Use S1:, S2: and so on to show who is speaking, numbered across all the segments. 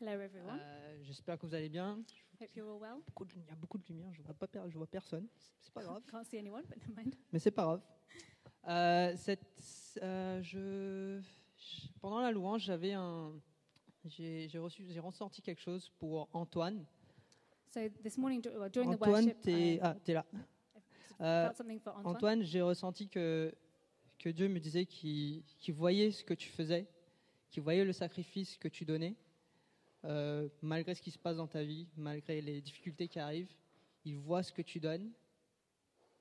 S1: Hello everyone.
S2: Euh, J'espère que vous allez bien.
S1: Hope you're all well.
S2: Beaucoup de- Il y a beaucoup de lumière, je vois pas, per- je vois personne. C'est pas grave,
S1: Can't see anyone, but never mind.
S2: mais c'est pas grave. Euh, cette- euh, je- je- pendant la louange, j'avais un, j'ai j'ai reçu, j'ai ressenti quelque chose pour Antoine.
S1: So this morning, du- well, during the
S2: Antoine,
S1: worship,
S2: t'es,
S1: I
S2: ah, t'es là.
S1: felt
S2: Euh,
S1: something for Antoine.
S2: Antoine, j'ai ressenti que, que Dieu me disait qu'il qu'il voyait ce que tu faisais, qu'il voyait le sacrifice que tu donnais, euh, malgré ce qui se passe dans ta vie, malgré les difficultés qui arrivent. Il voit ce que tu donnes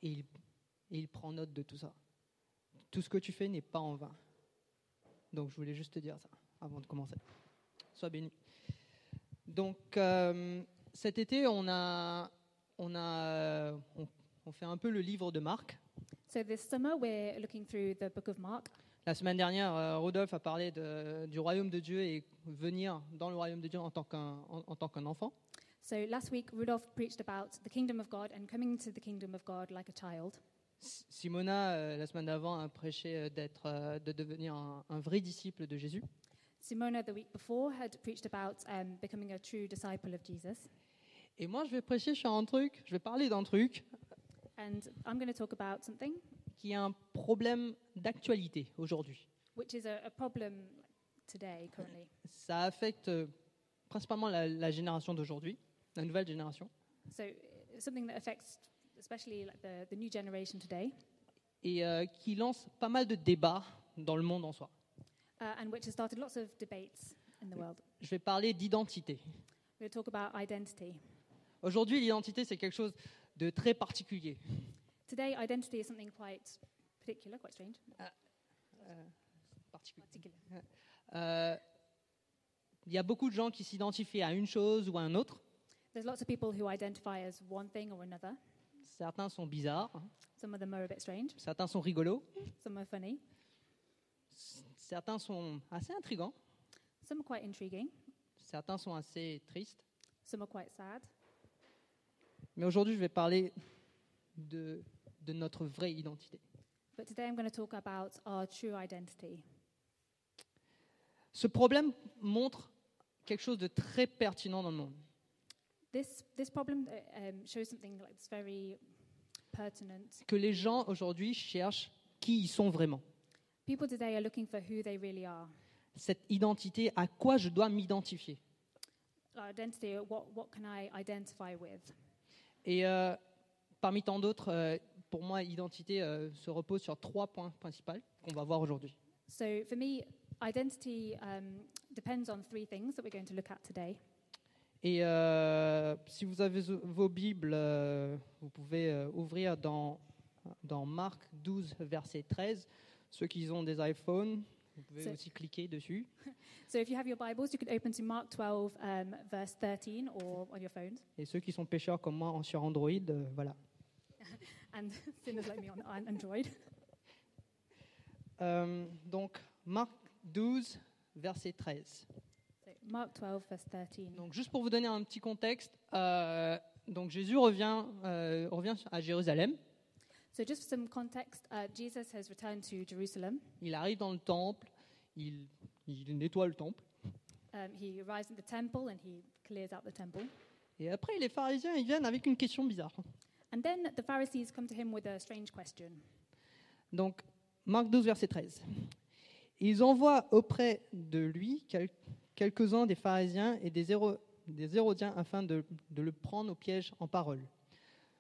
S2: et il, et il prend note de tout ça. Tout ce que tu fais n'est pas en vain. Donc je voulais juste te dire ça avant de commencer. Sois béni. Donc euh, cet été, on a, on a, on- on fait un peu le livre de Marc.
S1: So this summer, we're looking through the book of Mark.
S2: La semaine dernière, euh, Rodolphe a parlé de- du royaume de Dieu et venir dans le royaume de Dieu en tant qu'un en- en tant qu'un enfant.
S1: So last week, Rudolf preached about the kingdom of God and coming into the kingdom of God like a child.
S2: S- Simona, euh, la semaine d'avant, a prêché euh, d'être, euh, de devenir un, un vrai disciple de Jésus.
S1: Simona, the week before, had preached about um, becoming a true disciple of Jesus.
S2: Et moi, je vais prêcher sur un truc, je vais parler d'un truc
S1: And I'm going to talk about something
S2: qui est un problème d'actualité aujourd'hui.
S1: which is a, a problem today, currently.
S2: Ça affecte euh, principalement la, la génération d'aujourd'hui, la nouvelle génération.
S1: So uh, something that affects especially like the, the new generation today
S2: Et euh, qui lance pas mal de débats dans le monde en soi.
S1: uh, and which has started lots of debates in the world.
S2: Je vais parler d'identité.
S1: We're going to talk about identity.
S2: Aujourd'hui, l'identité, c'est quelque chose de très particulier.
S1: Today, identity is something quite particular, quite strange.
S2: particulier.
S1: Particular.
S2: Euh, Il y a beaucoup de gens qui s'identifient à une chose ou à un autre.
S1: There's lots of people who identify as one thing or another.
S2: Certains sont bizarres, hein.
S1: Some of them are a bit strange,
S2: certains sont rigolos,
S1: some are funny,
S2: s- certains sont assez intrigants,
S1: some are quite intriguing,
S2: certains sont assez tristes.
S1: some are quite sad.
S2: Mais aujourd'hui, je vais parler de, de notre vraie identité.
S1: But today, I'm going to talk about our true identity.
S2: Ce problème montre quelque chose de très pertinent dans le monde.
S1: This, this problem uh, um, shows something like it's very pertinent.
S2: Que les gens aujourd'hui cherchent qui ils sont vraiment.
S1: People today are looking for who they really are.
S2: Cette identité, à quoi je dois m'identifier.
S1: Our identity, what, what can I identify with?
S2: Et euh, parmi tant d'autres, euh, pour moi, identité euh, se repose sur trois points principaux qu'on va voir aujourd'hui.
S1: So for me, identity um, depends on three things that we're going to look at today.
S2: Et euh, si vous avez zo- vos Bibles, euh, vous pouvez euh, ouvrir dans, dans Marc 12, verset 13. Ceux qui ont des iPhones, vous pouvez
S1: C'est-
S2: aussi cliquer dessus.
S1: So if you have your Bibles, you can open to Mark 12, um, verse 13, or on your phones.
S2: Et ceux qui sont pêcheurs comme moi en- sur Android, euh, voilà.
S1: And sinners like me on, on Android.
S2: Euh, donc, Marc 12, verset 13.
S1: So Mark 12, verse 13.
S2: Donc, juste pour vous donner un petit contexte, euh, donc Jésus revient, euh, revient à Jérusalem.
S1: So just for some context, uh, Jesus has returned to Jerusalem.
S2: Il arrive dans le temple, il, il nettoie le temple.
S1: Um, he arrives at the temple and he clears out the temple.
S2: Et après, les pharisiens, ils viennent avec une question bizarre.
S1: And then the Pharisees come to him with a strange question.
S2: Donc, Marc 12, verset 13. Ils envoient auprès de lui quel- quelques-uns des pharisiens et des, Héro- des Hérodiens afin de, de le prendre au piège en parole.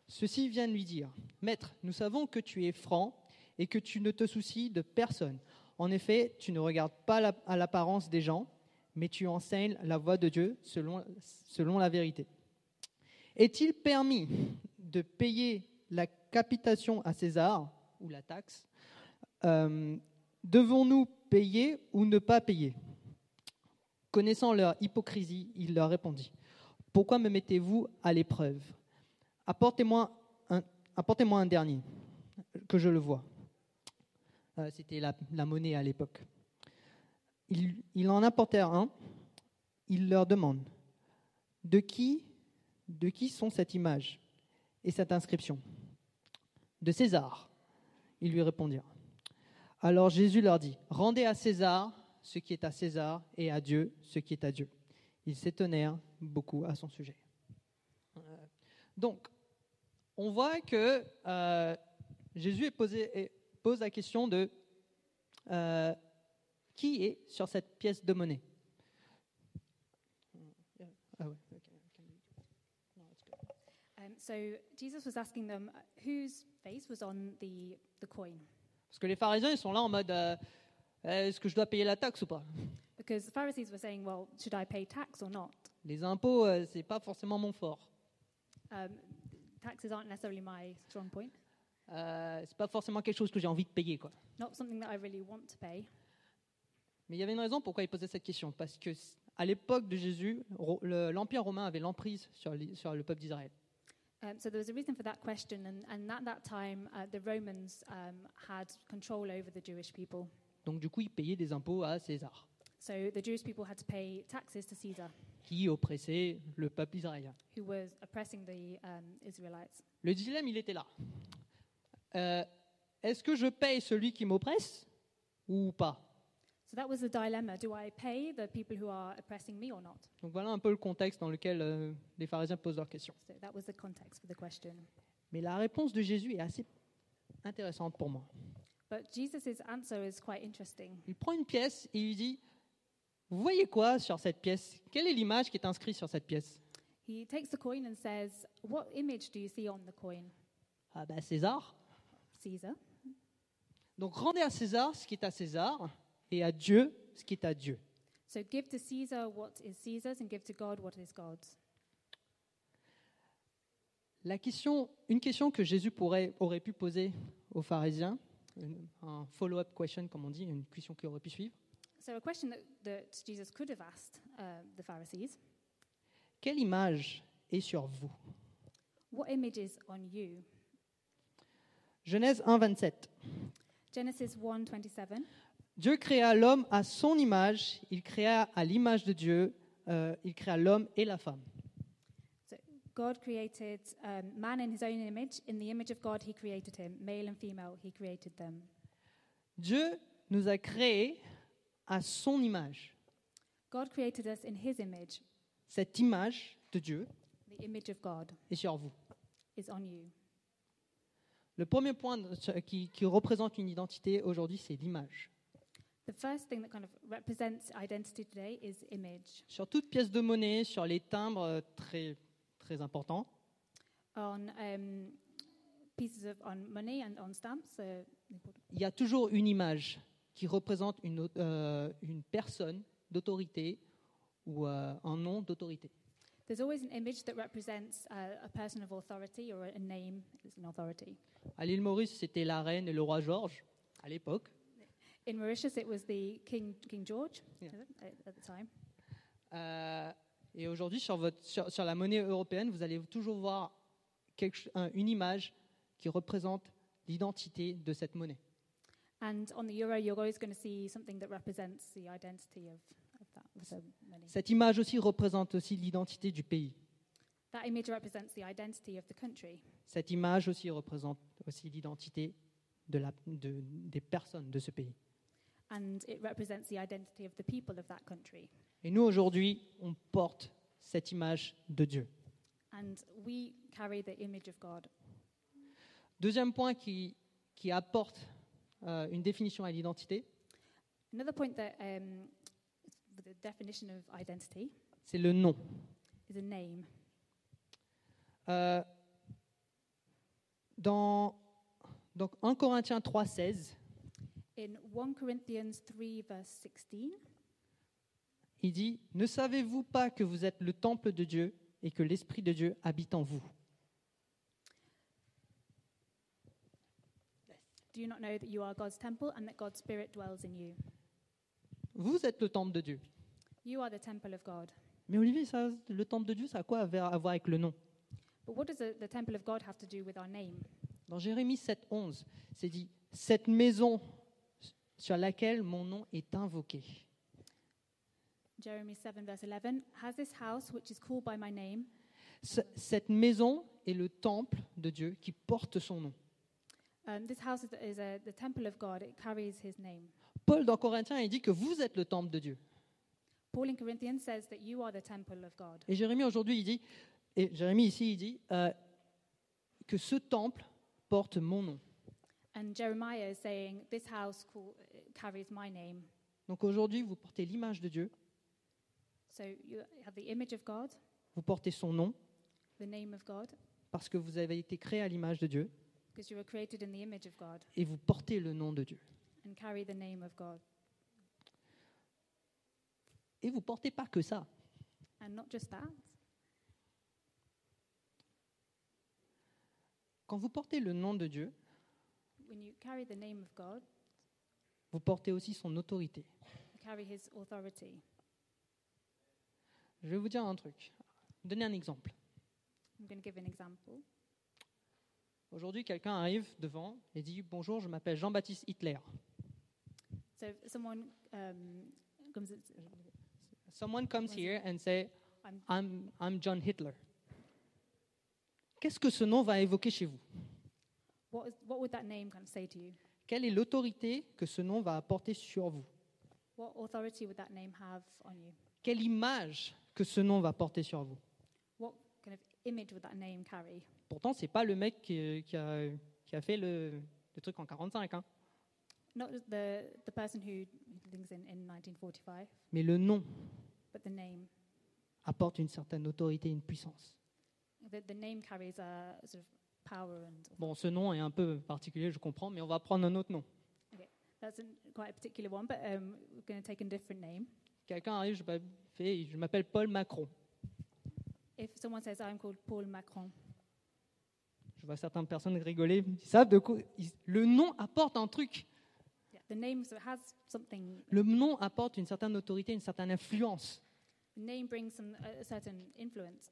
S2: Ceux-ci viennent lui dire Maître, nous savons que tu es franc et que tu ne te soucies de personne. En effet, tu ne regardes pas la- à l'apparence des gens, mais tu enseignes la voie de Dieu selon, selon la vérité. Est-il permis de payer la capitation à César ou la taxe euh, Devons-nous payer ou ne pas payer Connaissant leur hypocrisie, il leur répondit Pourquoi me mettez-vous à l'épreuve Apportez-moi un, apportez-moi un dernier, que je le vois. Euh, C'était la, la monnaie à l'époque. Ils ils en apportèrent un. Il leur demande De qui, de qui sont cette image et cette inscription De César. Ils lui répondirent. Alors Jésus leur dit, Rendez à César ce qui est à César et à Dieu ce qui est à Dieu. Ils s'étonnèrent beaucoup à son sujet. Euh, Donc, on voit que euh, Jésus est posé- est- pose la question de euh, qui est sur cette pièce de monnaie Ah ouais, ok, ok. No, it's good.
S1: Um, so Jesus was asking them uh, whose face was on the, the coin.
S2: Parce que les pharisiens, ils sont là en mode euh, Euh, est-ce que je dois payer la taxe ou pas
S1: Because the Pharisees were saying, well, should I pay tax or not?
S2: Les impôts, euh, c'est pas forcément mon fort.
S1: Um, taxes aren't necessarily my strong point,
S2: Euh, c'est pas forcément quelque chose que j'ai envie de payer, quoi.
S1: not something that I really want to pay.
S2: Mais il y avait une raison pourquoi il posait cette question, parce que c- à l'époque de Jésus, Ro- le- l'empire romain avait l'emprise sur, les- sur le peuple d'Israël.
S1: Um, so there was a reason for that question, and, and at that time, uh, the Romans um, had control over the Jewish people.
S2: Donc du coup, il payait des impôts à César,
S1: So the Jewish people had to pay taxes to Caesar,
S2: qui oppressait le peuple israélien.
S1: who was oppressing the um, Israelites.
S2: Le dilemme, il était là. Euh, Est-ce que je paye celui qui m'oppresse ou pas
S1: So that was the dilemma. Do I pay the people who are oppressing me or not?
S2: Donc voilà un peu le contexte dans lequel euh, les pharisiens posent leurs questions.
S1: So that was the context for the question.
S2: Mais la réponse de Jésus est assez intéressante pour moi.
S1: But Jesus' answer is quite interesting.
S2: Il prend une pièce et il lui dit Vous voyez quoi sur cette pièce Quelle est l'image qui est inscrite sur cette pièce
S1: He takes the coin and says, What image do you see on the coin?
S2: Ah bah César.
S1: Caesar.
S2: Donc rendez à César ce qui est à César et à Dieu ce qui est à Dieu.
S1: So give to Caesar what is Caesar's and give to God what is God's.
S2: La question, une question que Jésus pourrait, aurait pu poser aux pharisiens, une- un follow-up question comme on dit, une question qui aurait pu suivre.
S1: So a question that, that Jesus could have asked uh, the Pharisees
S2: Quelle image est sur vous
S1: What image is on you?
S2: Genèse 1, 27.
S1: Genesis 1 27.
S2: Dieu créa l'homme à son image, il créa à l'image de Dieu, euh, il créa l'homme et la femme.
S1: God created um, man in his own image. In the image of God, he created him. Male and female, he created them.
S2: Dieu nous a créés à son image.
S1: God created us in his image.
S2: Cette image de Dieu
S1: The image of God
S2: est sur vous.
S1: is on you.
S2: Le premier point de ce- qui, qui représente une identité aujourd'hui, c'est l'image.
S1: The first thing that kind of represents identity today is image.
S2: Sur toute pièce de monnaie, sur les timbres, euh, très, très important,
S1: On um, pieces of on money and on stamps, uh,
S2: il y a toujours une image qui représente une, au- euh, une personne d'autorité ou euh, un nom d'autorité.
S1: there's always an image that represents uh, a person of authority or a name is an authority.
S2: À l'île Maurice, c'était la reine et le roi George à l'époque.
S1: In Mauritius, it was the King King George
S2: Yeah.
S1: is it, at, at the time.
S2: Euh, et aujourd'hui, sur, votre- sur- sur la monnaie européenne, vous allez toujours voir quelque ch- un- une image qui représente l'identité de cette monnaie.
S1: And on the euro, you're always going to see something that represents the identity of, of that of the money.
S2: Cette image aussi représente aussi l'identité du pays.
S1: That image represents the identity of the country.
S2: Cette image aussi représente aussi l'identité de la- de- des personnes de ce pays.
S1: And it represents the identity of the people of that country.
S2: Et nous, aujourd'hui, on porte cette image de Dieu.
S1: And we carry the image of God.
S2: Deuxième point qui, qui apporte euh, une définition à l'identité,
S1: Another point that um, with the definition of identity
S2: c'est le nom.
S1: is a name.
S2: Euh, dans donc 1 Corinthiens 3,16,
S1: In 1 Corinthians 3, verse 16,
S2: il dit Ne savez-vous pas que vous êtes le temple de Dieu et que l'Esprit de Dieu habite en vous
S1: do you not know that you are God's temple and that God's Spirit dwells in you?
S2: Vous êtes le temple de Dieu.
S1: You are the temple of God.
S2: Mais Olivier, ça, le temple de Dieu, ça a quoi à ver- à voir avec le nom
S1: But what does the, the temple of God have to do with our name?
S2: Dans Jérémie 7,11, c'est dit Cette maison sur laquelle mon nom est invoqué.
S1: Jeremy 7, verse 11 Has this house which is called by my name?
S2: Ce- Cette maison est le temple de Dieu qui porte son nom.
S1: Um, this house is, is a, the temple of God, it carries his name.
S2: Paul dans Corinthiens, il dit que vous êtes le temple de Dieu.
S1: Paul in Corinthians says that you are the temple of God.
S2: Et Jérémie aujourd'hui, il dit, et Jérémie ici, il dit euh, que ce temple porte mon nom.
S1: And Jeremiah is saying, This house call, uh, carries my name.
S2: Donc aujourd'hui, vous portez l'image de Dieu,
S1: So you have the image of God,
S2: vous portez son nom,
S1: the name of God,
S2: parce que vous avez été créé à l'image de Dieu,
S1: because you were created in the image of God,
S2: et vous portez le nom de Dieu.
S1: and carry the name of God.
S2: Et vous portez pas que ça.
S1: And not just that,
S2: Quand vous portez le nom de Dieu,
S1: when you carry the name of God,
S2: vous portez aussi son autorité.
S1: you carry his authority.
S2: Je vais vous dire un truc. Donner un exemple.
S1: I'm going to give an example.
S2: Aujourd'hui, quelqu'un arrive devant et dit Bonjour, je m'appelle Jean-Baptiste Hitler.
S1: So if someone um, comes, and s-
S2: Someone comes
S1: Vas-y.
S2: here and say
S1: I'm-
S2: I'm, I'm John Hitler. Qu'est-ce que ce nom va évoquer chez vous
S1: what, is, what would that name kind of say to you?
S2: Quelle est l'autorité que ce nom va apporter sur vous
S1: What authority would that name have on you?
S2: Quelle image que ce nom va porter sur vous
S1: What kind of image would that name carry?
S2: Pourtant, c'est pas le mec qui, qui a, qui a fait le, le truc en 45, hein.
S1: Not just the, the person who thinks in, in 1945,
S2: mais le nom
S1: but the name.
S2: apporte une certaine autorité, une puissance.
S1: The, the name carries a sort of power and
S2: Bon, ce nom est un peu particulier, je comprends, mais on va prendre un autre nom.
S1: that's an, quite a particular one, but um, we're going to take a different name.
S2: Quelqu'un arrive, je m'appelle- fait, je m'appelle Paul Macron.
S1: If someone says, I'm called Paul Macron,
S2: Je vois certaines personnes rigoler. Ils savent de quoi. ils- le nom apporte un truc.
S1: yeah, the name so it has something,
S2: Le nom apporte une certaine autorité, une certaine influence.
S1: the name brings some, a, a certain influence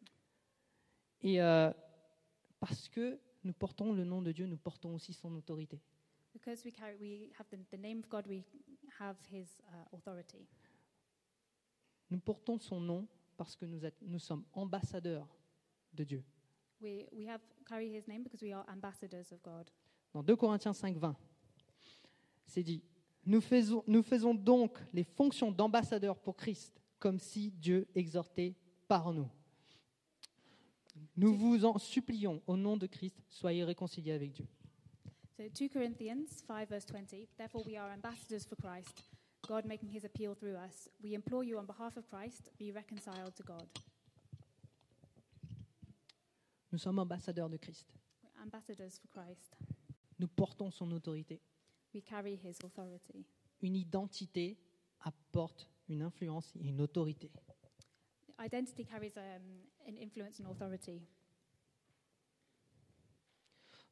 S2: Et euh, parce que nous portons le nom de Dieu, nous portons aussi son autorité.
S1: because we, carry, we have the, the name of God, we have his uh, authority.
S2: Nous portons son nom parce que nous, a- nous sommes ambassadeurs de Dieu.
S1: We, we have carry his name because we are ambassadors of God.
S2: Dans 2 Corinthiens 5, 20, c'est dit nous faisons, nous faisons donc les fonctions d'ambassadeurs pour Christ, comme si Dieu exhortait par nous. Nous vous en supplions, au nom de Christ, soyez réconciliés avec Dieu.
S1: So 2 Corinthians 5, verse 20 Therefore, we are ambassadors for Christ, God making his appeal through us. We implore you on behalf of Christ, be reconciled to God.
S2: Nous sommes ambassadeurs de Christ.
S1: We're ambassadors for Christ.
S2: Nous portons son autorité.
S1: We carry his authority.
S2: Une identité apporte une influence et une autorité.
S1: Identity carries um, an influence and authority.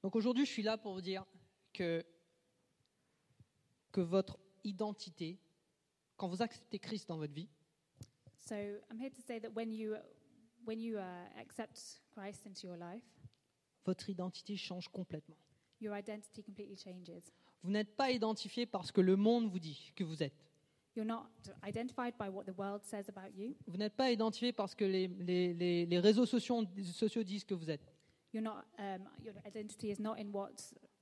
S2: Donc aujourd'hui, je suis là pour vous dire que, que votre identité, quand vous acceptez Christ dans votre vie,
S1: So I'm here to say that when you, when you uh, accept Christ into your life,
S2: votre identité change complètement.
S1: your identity completely changes.
S2: Vous n'êtes pas identifié parce que le monde vous dit que vous êtes.
S1: You're not identified by what the world says about you.
S2: Vous n'êtes pas identifié parce que les, les- les- les réseaux sociaux, sociaux disent que vous êtes.
S1: You're not, um, your identity is not in what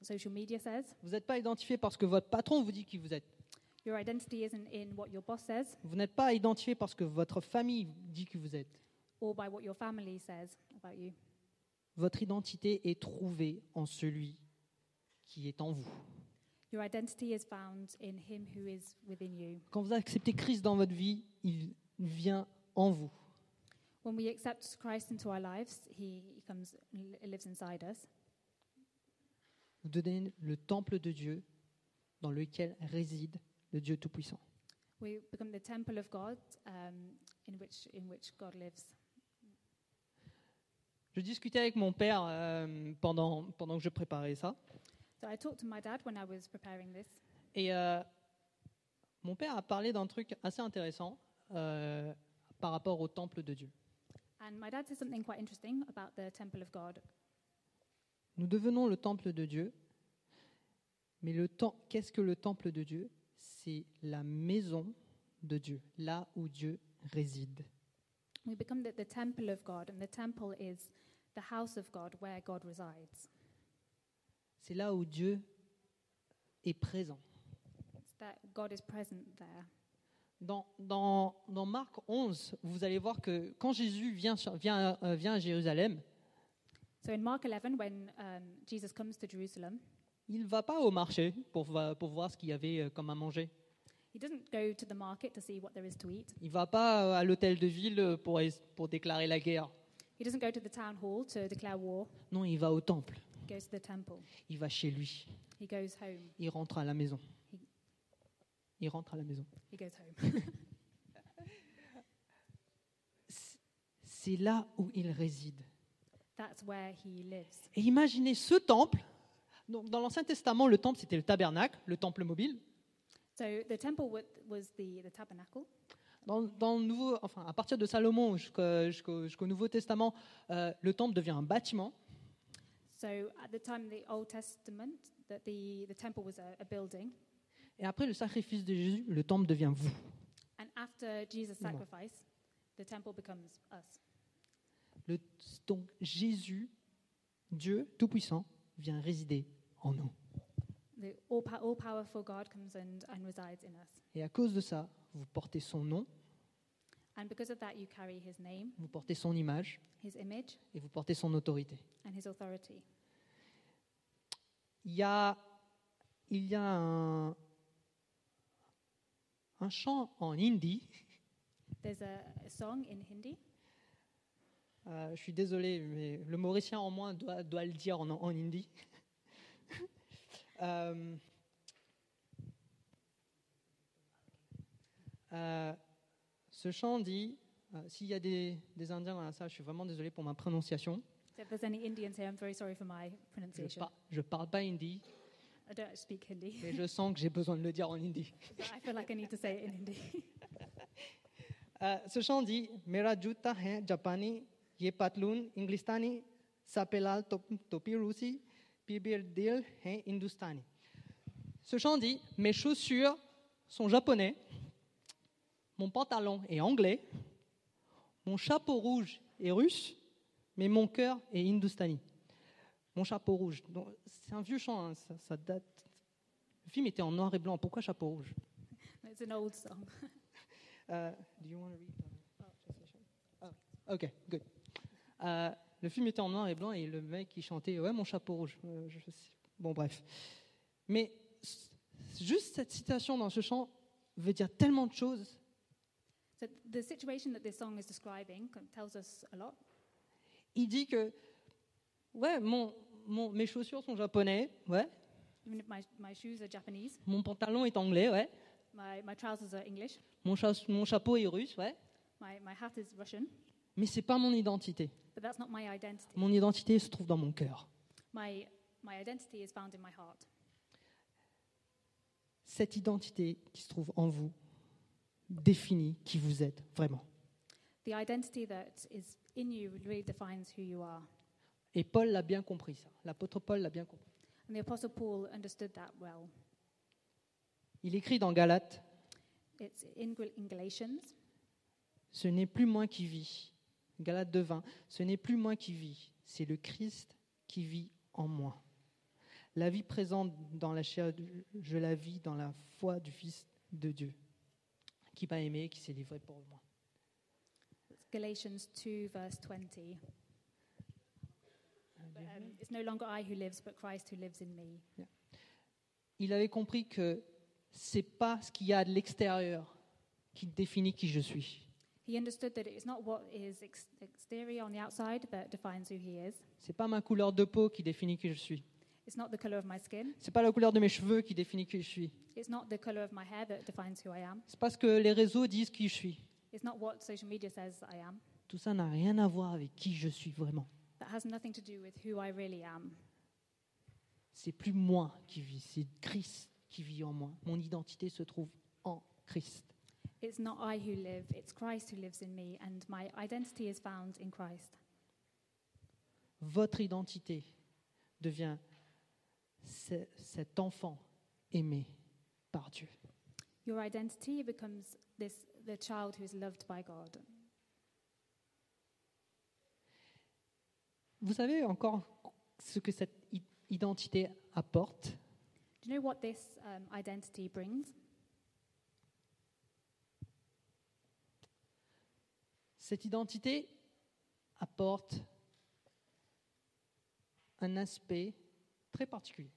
S1: social media says.
S2: Vous n'êtes pas identifié parce que votre patron vous dit qui vous êtes.
S1: Your identity isn't in what your boss says
S2: Vous n'êtes pas identifié parce que votre famille dit que vous êtes.
S1: or by what your family says about you.
S2: Votre identité est trouvée en celui qui est en vous.
S1: Your identity is found in Him who is within you.
S2: Quand vous acceptez Christ dans votre vie, il vient en vous.
S1: When we accept Christ into our lives, He, he comes, li- lives inside us.
S2: Vous devenez le temple de Dieu dans lequel réside le Dieu Tout-Puissant.
S1: We become the temple of God, um, in which in which God lives.
S2: Je discutais avec mon père euh, pendant, pendant que je préparais ça.
S1: So I talked to my dad when I was preparing this,
S2: Et euh, mon père a parlé d'un truc assez intéressant euh, par rapport au temple de Dieu.
S1: and my dad said something quite interesting about the temple of God.
S2: Nous devenons le temple de Dieu, mais le tem- qu'est-ce que le temple de Dieu C'est la maison de Dieu, là où Dieu réside.
S1: We become the, the temple of God, and the temple is the house of God, where God resides.
S2: C'est là où Dieu est présent.
S1: It's that God is present there.
S2: Dans, dans, dans Marc 11, vous allez voir que quand Jésus vient, sur- vient, euh, vient à Jérusalem,
S1: So in Mark 11, when um, Jesus comes to Jerusalem,
S2: il ne va pas au marché pour, va- pour voir ce qu'il y avait euh, comme à manger.
S1: he doesn't go to the market to see what there is to eat.
S2: Il ne va pas euh, à l'hôtel de ville pour, es- pour déclarer la guerre.
S1: He doesn't go to the town hall to declare war.
S2: Non, il va au temple.
S1: He goes to the temple.
S2: Il va chez lui.
S1: He goes home.
S2: Il rentre à la maison. Il rentre à la maison.
S1: He goes home.
S2: C'est là où il réside.
S1: That's where he lives.
S2: Et imaginez ce temple. Donc, dans l'Ancien Testament, le temple, c'était le tabernacle, le temple mobile.
S1: So the temple wa- was the, the tabernacle.
S2: Dans, dans le nouveau, enfin, à partir de Salomon jusqu'au jusqu'au- jusqu'au Nouveau Testament, euh, le temple devient un bâtiment.
S1: So at the time of the Old Testament, that the, the temple was a, a building.
S2: Et après le sacrifice de Jésus, le temple devient vous.
S1: And after Jesus'
S2: Bon.
S1: sacrifice, the temple becomes us.
S2: Le- donc Jésus, Dieu Tout-Puissant, vient résider en nous.
S1: The all, pow- all powerful God comes and, and resides in us.
S2: Et à cause de ça, vous portez son nom,
S1: And because of that, you carry his name,
S2: vous portez son image
S1: his image,
S2: et vous portez son autorité.
S1: and his authority.
S2: Il y a, il y a un, un chant en hindi.
S1: There's a, a song in Hindi.
S2: Euh, je suis désolé, mais le Mauricien en moi doit, doit le dire en, en hindi. Euh, euh, ce chant dit, euh, s'il y a des, des Indiens dans la salle, je suis vraiment désolé pour ma prononciation.
S1: So if there's any Indians here, I'm very sorry for my
S2: Je
S1: pronunciation.
S2: par- je parle pas hindi,
S1: I don't speak Hindi,
S2: mais je sens que j'ai besoin de le dire en hindi.
S1: but I feel like I need to say it in Hindi.
S2: Euh, ce chant dit Mera jutta hai japani, ye patlun inglistani, sapelal top- topi rusi, pibir dil hai hindustani. Ce chant dit Mes chaussures sont japonais, mon pantalon est anglais, mon chapeau rouge est russe, mais mon cœur est hindustani. Mon chapeau rouge. Donc, C'est un vieux chant, hein, ça, ça date. Le film était en noir et blanc. Pourquoi chapeau rouge
S1: It's an old song.
S2: Uh, do you want to read the translation? Oh, okay, good. Euh, le film était en noir et blanc et le mec qui chantait ouais mon chapeau rouge. Euh, je sais- Bon bref. Mais s- juste cette citation dans ce chant veut dire tellement de choses
S1: So the situation that this song is describing com- tells us a lot.
S2: il dit que, ouais, mon, mon- mes chaussures sont japonais, ouais,
S1: Even if my, my shoes are Japanese,
S2: mon pantalon est anglais, ouais,
S1: my, my trousers are English,
S2: mon, cha- mon chapeau est russe, ouais,
S1: my, my hat is Russian,
S2: mais c'est pas mon identité.
S1: but that's not my identity.
S2: Mon identité se trouve dans mon cœur.
S1: My, my identity is found in my heart.
S2: Cette identité qui se trouve en vous définit qui vous êtes vraiment.
S1: The identity that is in you really defines who you are.
S2: Et Paul l'a bien compris, ça. L'apôtre Paul l'a bien compris.
S1: And the Apostle Paul understood that well.
S2: Il écrit dans Galates
S1: It's in, Gal- in Galatians
S2: Ce n'est plus moi qui vis. Galates 2.20. Ce n'est plus moi qui vis, c'est le Christ qui vit en moi. La vie présente dans la chair, je la vis dans la foi du Fils de Dieu, qui m'a aimé, qui s'est livré pour moi.
S1: It's Galatians 2, verse 20. But, um, it's no longer I who lives, but Christ who lives in me.
S2: Il avait compris que c'est pas ce qu'il y a de l'extérieur qui définit qui je suis.
S1: He understood that it's not what is ex- exterior on the outside that defines who he is.
S2: C'est pas ma couleur de peau qui définit qui je suis.
S1: It's not the color of my skin.
S2: C'est pas la couleur de mes cheveux qui définit qui je suis.
S1: It's not the color of my hair that defines who I am.
S2: C'est pas ce que les réseaux disent qui je suis.
S1: It's not what social media says I am.
S2: Tout ça n'a rien à voir avec qui je suis vraiment.
S1: That has nothing to do with who I really am.
S2: C'est plus moi qui vis, c'est Christ qui vit en moi. Mon identité se trouve en Christ.
S1: It's not I who live, it's Christ who lives in me, and my identity is found in Christ.
S2: Votre identité devient ce- cet enfant aimé par Dieu.
S1: Your identity becomes this the child who is loved by God.
S2: Vous savez encore ce que cette i- identité apporte
S1: Do you know what this um, identity brings?
S2: Cette identité apporte un aspect très particulier.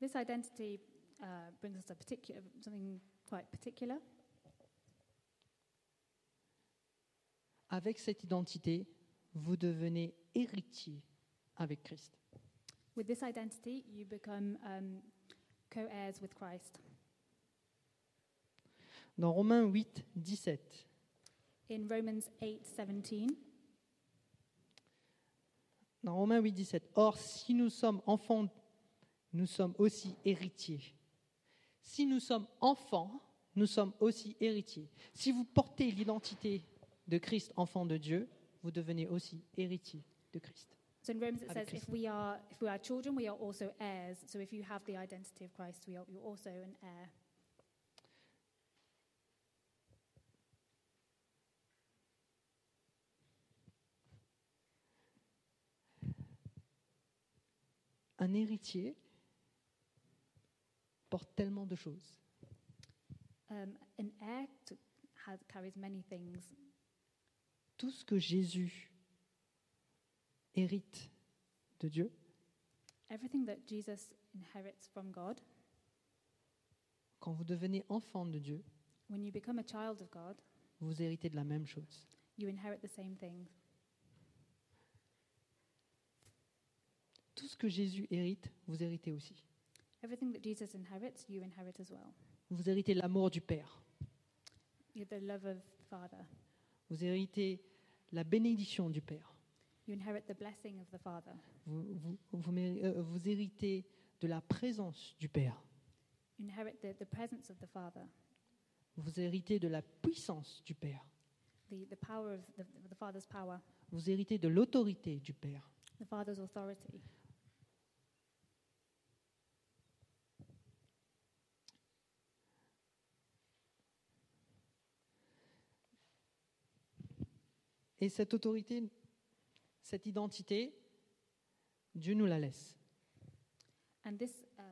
S1: This identity uh, brings us a particular, something quite particular.
S2: Avec cette identité, vous devenez héritier avec Christ.
S1: With this identity, you become um, co heirs with Christ.
S2: Dans Romains 8, 17,
S1: In Romans 8 17,
S2: dans Romains 8, 17, Or, si nous sommes enfants, nous sommes aussi héritiers. Si nous sommes enfants, nous sommes aussi héritiers. Si vous portez l'identité de Christ, enfant de Dieu, vous devenez aussi héritier de Christ.
S1: so in Romans it
S2: Avec
S1: says, if
S2: Christ.
S1: we, are, if we are children, we are also heirs. So if you have the identity of Christ, we are, you're also an heir.
S2: Un héritier porte tellement de choses.
S1: Um, an heir t- has, carries many things.
S2: Tout ce que Jésus hérite de Dieu,
S1: Everything that Jesus inherits from God,
S2: quand vous devenez enfant de Dieu,
S1: when you become a child of God,
S2: vous héritez de la même chose.
S1: you inherit the same thing.
S2: Tout ce que Jésus hérite, vous héritez aussi.
S1: Everything that Jesus inherits, you inherit as well.
S2: Vous héritez l'amour du Père.
S1: You're the love of the Father.
S2: Vous héritez la bénédiction du Père.
S1: You inherit the blessing of the Father.
S2: Vous, vous- vous mé- euh, vous héritez de la présence du Père.
S1: You inherit the, the presence of the Father,
S2: Vous héritez de la puissance du Père.
S1: the, the power of the, the Father's power,
S2: Vous héritez de l'autorité du Père.
S1: the Father's authority.
S2: Et cette autorité, cette identité, Dieu nous la laisse.
S1: And this um,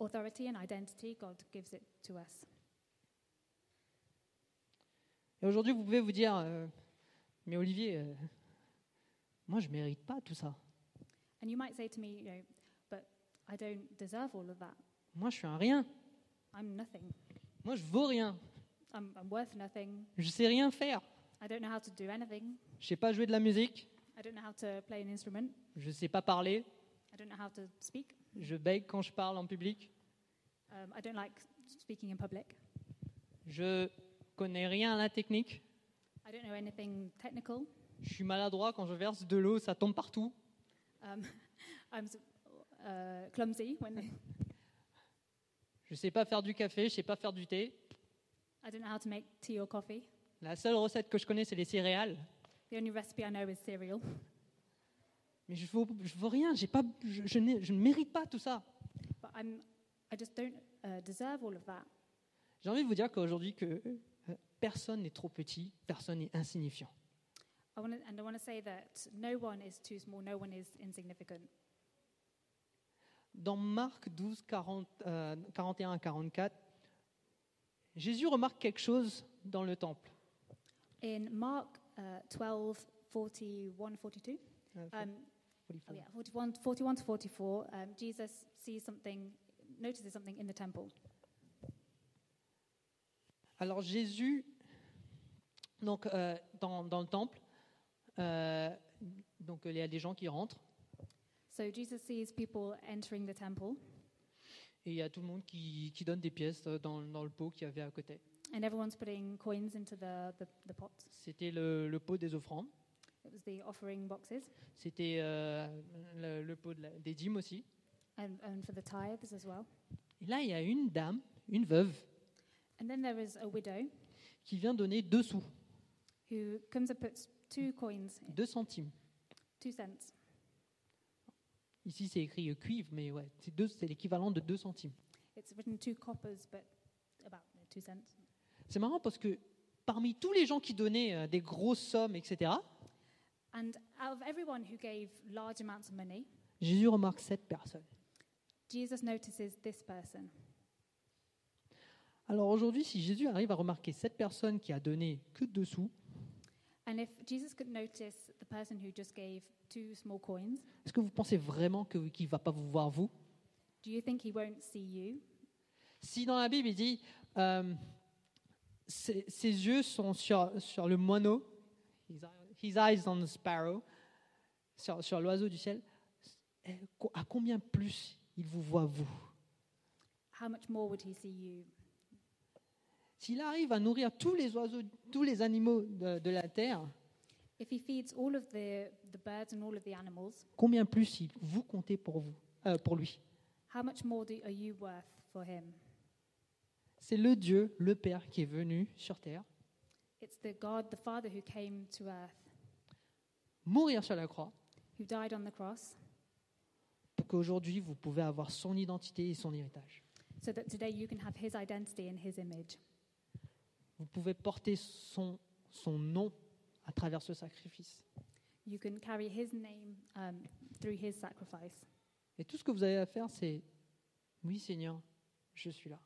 S1: authority and identity, God gives it to us.
S2: Et aujourd'hui, vous pouvez vous dire, euh, mais Olivier, euh, moi, je ne mérite pas tout ça.
S1: And you might say to me, you know, but I don't deserve all of that.
S2: Moi, je suis un rien.
S1: I'm nothing.
S2: Moi, je vaux rien.
S1: I'm, I'm worth nothing.
S2: Je sais rien faire.
S1: I don't know how to do anything.
S2: Je sais pas jouer de la musique.
S1: I don't know how to play an instrument.
S2: Je sais pas parler.
S1: I don't know how to speak.
S2: Je bègue quand je parle en public.
S1: Um, I don't like speaking in public.
S2: Je connais rien à la technique.
S1: I don't know anything technical.
S2: Je suis maladroit quand je verse de l'eau, ça tombe partout.
S1: Um, I'm s- uh, clumsy when
S2: Je sais pas faire du café, je sais pas faire du thé.
S1: I don't know how to make tea or coffee.
S2: La seule recette que je connais, c'est les céréales.
S1: The only recipe I know is cereal.
S2: Mais je vaux, je vaux rien. J'ai pas, je, je n'ai- je ne mérite pas tout ça.
S1: But I'm, I just don't uh, deserve all of that.
S2: J'ai envie de vous dire qu'aujourd'hui, que euh, personne n'est trop petit, personne n'est insignifiant.
S1: I want and I want to say that no one is too small, no one is insignificant.
S2: Dans Marc 12, 40, euh, 41 à 44, Jésus remarque quelque chose dans le temple.
S1: In Mark uh, 12, 41, 42,
S2: Euh,
S1: um, oh
S2: 44.
S1: yeah, 41, 41 to 44, um, Jesus sees something, notices something in the temple.
S2: Alors Jésus, donc euh, dans, dans le temple, euh, donc il y a des gens qui rentrent
S1: So Jesus sees people entering the temple,
S2: et il y a tout le monde qui, qui donne des pièces euh, dans, dans le pot qu'il y avait à côté.
S1: and everyone's putting coins into the, the, the pots.
S2: C'était le, le pot des offrandes,
S1: It was the offering boxes,
S2: c'était euh, le, le pot de la- des dîmes aussi.
S1: and, and for the tithes as well.
S2: Et là, il y a une dame, une veuve,
S1: And then there is a widow
S2: qui vient donner deux sous,
S1: who comes and puts two coins,
S2: deux centimes.
S1: two cents.
S2: Ici, c'est écrit euh, cuivre, mais ouais, c'est deux- c'est l'équivalent de deux centimes.
S1: It's written two coppers, but about you know, two cents.
S2: C'est marrant parce que parmi tous les gens qui donnaient euh, des grosses sommes, etc.,
S1: And out of everyone who gave large amounts of money,
S2: Jésus remarque cette personne.
S1: Jesus notices this person.
S2: Alors aujourd'hui, si Jésus arrive à remarquer cette personne qui a donné que deux sous,
S1: And if Jesus could notice the person who just gave two small coins,
S2: Est-ce que vous pensez vraiment que- qu'il ne va pas vous voir, vous
S1: do you think he won't see you?
S2: Si dans la Bible, il dit euh, ses, ses yeux sont sur, sur le moineau, his eye- his eyes on the sparrow, sur, sur l'oiseau du ciel, eh, co- à combien plus il vous voit, vous
S1: How much more would he see you?
S2: S'il arrive à nourrir tous les oiseaux, tous les animaux de, de la terre,
S1: If he feeds all of the, the birds and all of the animals,
S2: combien plus il vous comptez pour, vous, euh, pour lui
S1: how much more do, are you worth for him?
S2: C'est le Dieu, le Père, qui est venu sur terre,
S1: It's the God, the Father who came to earth,
S2: mourir sur la croix,
S1: who died on the cross,
S2: pour qu'aujourd'hui vous pouvez avoir son identité et son héritage.
S1: so that today you can have his identity and his image.
S2: Vous pouvez porter son, son nom à travers ce sacrifice.
S1: You can carry his name um, through his sacrifice.
S2: Et tout ce que vous avez à faire, c'est Oui, Seigneur, je suis là.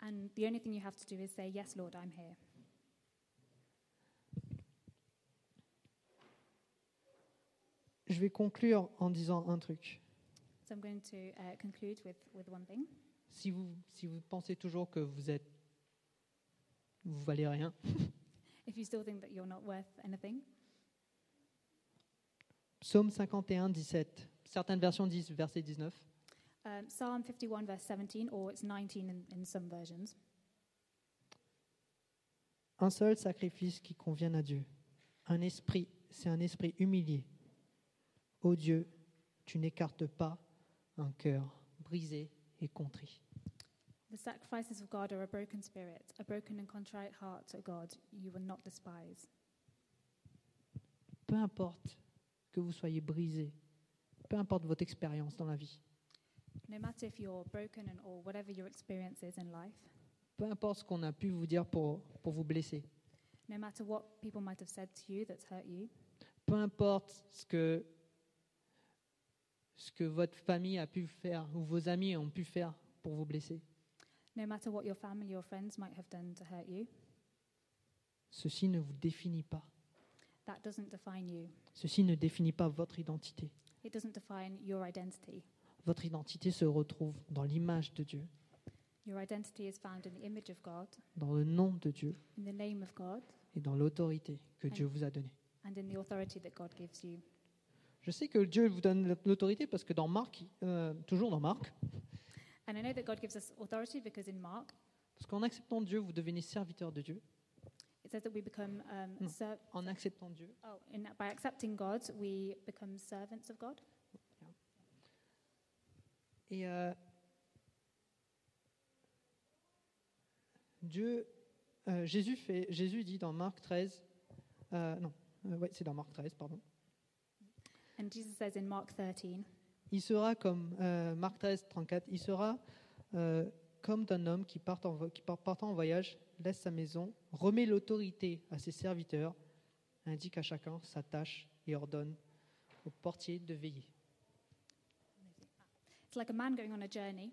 S1: And the only thing you have to do is say, Yes, Lord, I'm here.
S2: Je vais conclure en disant un truc.
S1: So I'm going to uh, conclude with, with one thing.
S2: Si vous, si vous pensez toujours que vous êtes. Vous valez rien,
S1: If you still think that you're not worth anything,
S2: Psaume 51, 17. Certaines versions disent verset 19.
S1: um, Psalm 51, verse 17, or it's 19 in, in some versions.
S2: Un seul sacrifice qui convienne à Dieu. Un esprit, c'est un esprit humilié. Ô Dieu, tu n'écartes pas un cœur brisé et contrit.
S1: The sacrifices of God are a broken spirit, a broken and contrite heart, O God, you will not despise.
S2: Peu importe que vous soyez brisé, peu importe votre expérience dans la vie,
S1: No matter if you're broken and or whatever your experience is in life,
S2: peu importe ce qu'on a pu vous dire pour, pour vous blesser,
S1: no matter what people might have said to you that's hurt you,
S2: peu importe ce que, ce que votre famille a pu faire ou vos amis ont pu faire pour vous blesser,
S1: no matter what your family or friends might have done to hurt you,
S2: ceci ne vous définit pas.
S1: that doesn't define you.
S2: Ceci ne définit pas votre identité.
S1: It doesn't define your identity.
S2: Votre identité se retrouve dans l'image de Dieu,
S1: Your identity is found in the image of God,
S2: dans le nom de Dieu
S1: in the name of God,
S2: et dans l'autorité que
S1: Amen.
S2: Dieu vous a donnée.
S1: and in the authority that God gives you.
S2: Je sais que Dieu vous donne l'autorité parce que dans Marc, euh, toujours dans Marc,
S1: And I know that God gives us authority because in Mark,
S2: parce qu'en acceptant Dieu, vous devenez serviteur de Dieu.
S1: it says that we become um,
S2: Mm.
S1: ser-
S2: En acceptant Dieu,
S1: oh, in, by accepting God, we become servants of God.
S2: Et euh, Dieu, euh, Jésus, fait, Jésus dit dans Marc 13, euh, non, euh, ouais, c'est dans Marc 13, pardon.
S1: And Jesus says in Mark 13,
S2: Il sera comme, euh, Marc 13, 34, il sera euh, comme d'un homme qui, part en vo- qui part- partant en voyage, laisse sa maison, remet l'autorité à ses serviteurs, indique à chacun sa tâche et ordonne au portier de veiller.
S1: It's like a man going on a journey.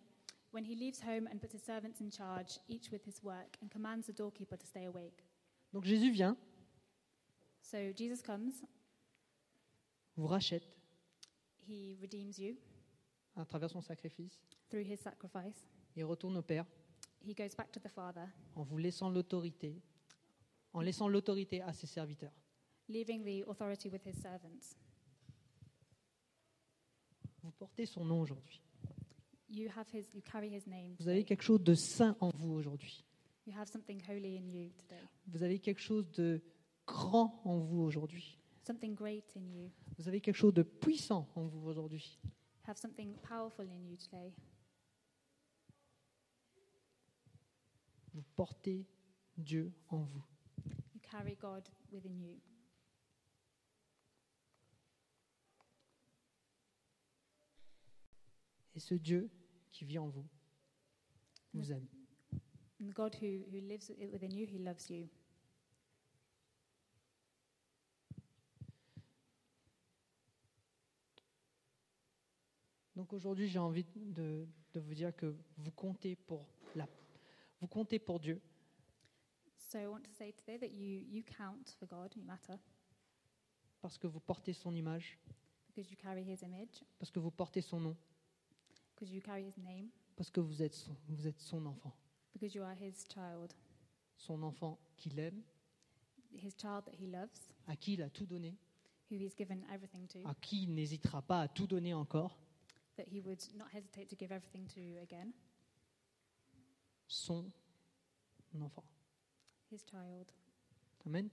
S1: When he leaves home and puts his servants in charge, each with his work, and commands the doorkeeper to stay awake.
S2: Donc Jésus vient,
S1: So Jesus comes,
S2: vous rachète
S1: he redeems you
S2: à travers son sacrifice
S1: through his sacrifice.
S2: et retourne au Père.
S1: He goes back to the Father,
S2: en vous laissant l'autorité, en laissant l'autorité à ses serviteurs.
S1: leaving the authority with his servants.
S2: Vous portez son nom aujourd'hui.
S1: You have his, you carry his name.
S2: Vous avez
S1: today.
S2: quelque chose de saint en vous aujourd'hui.
S1: You have something holy in you today,
S2: Vous avez quelque chose de grand en vous aujourd'hui.
S1: something great in you.
S2: Vous avez quelque chose de puissant en vous aujourd'hui.
S1: Have something powerful in you today.
S2: Vous portez Dieu en vous.
S1: You carry God within you.
S2: Et ce Dieu qui vit en vous vous aime.
S1: And the God who, who lives wi- within you, he loves you.
S2: Donc aujourd'hui, j'ai envie de, de vous dire que vous comptez pour la, vous comptez pour Dieu.
S1: So I want to say today that you, you count for God, you matter,
S2: parce que vous portez son image,
S1: because you carry his image,
S2: parce que vous portez son nom,
S1: because you carry his name,
S2: parce que vous êtes son, vous êtes son enfant.
S1: because you are his child,
S2: Son enfant qu'il aime,
S1: his child that he loves,
S2: à qui il a tout donné,
S1: who he's given everything to,
S2: à qui il n'hésitera pas à tout donner encore,
S1: that he would not hesitate to give everything to again,
S2: son enfant.
S1: his child.
S2: Amen.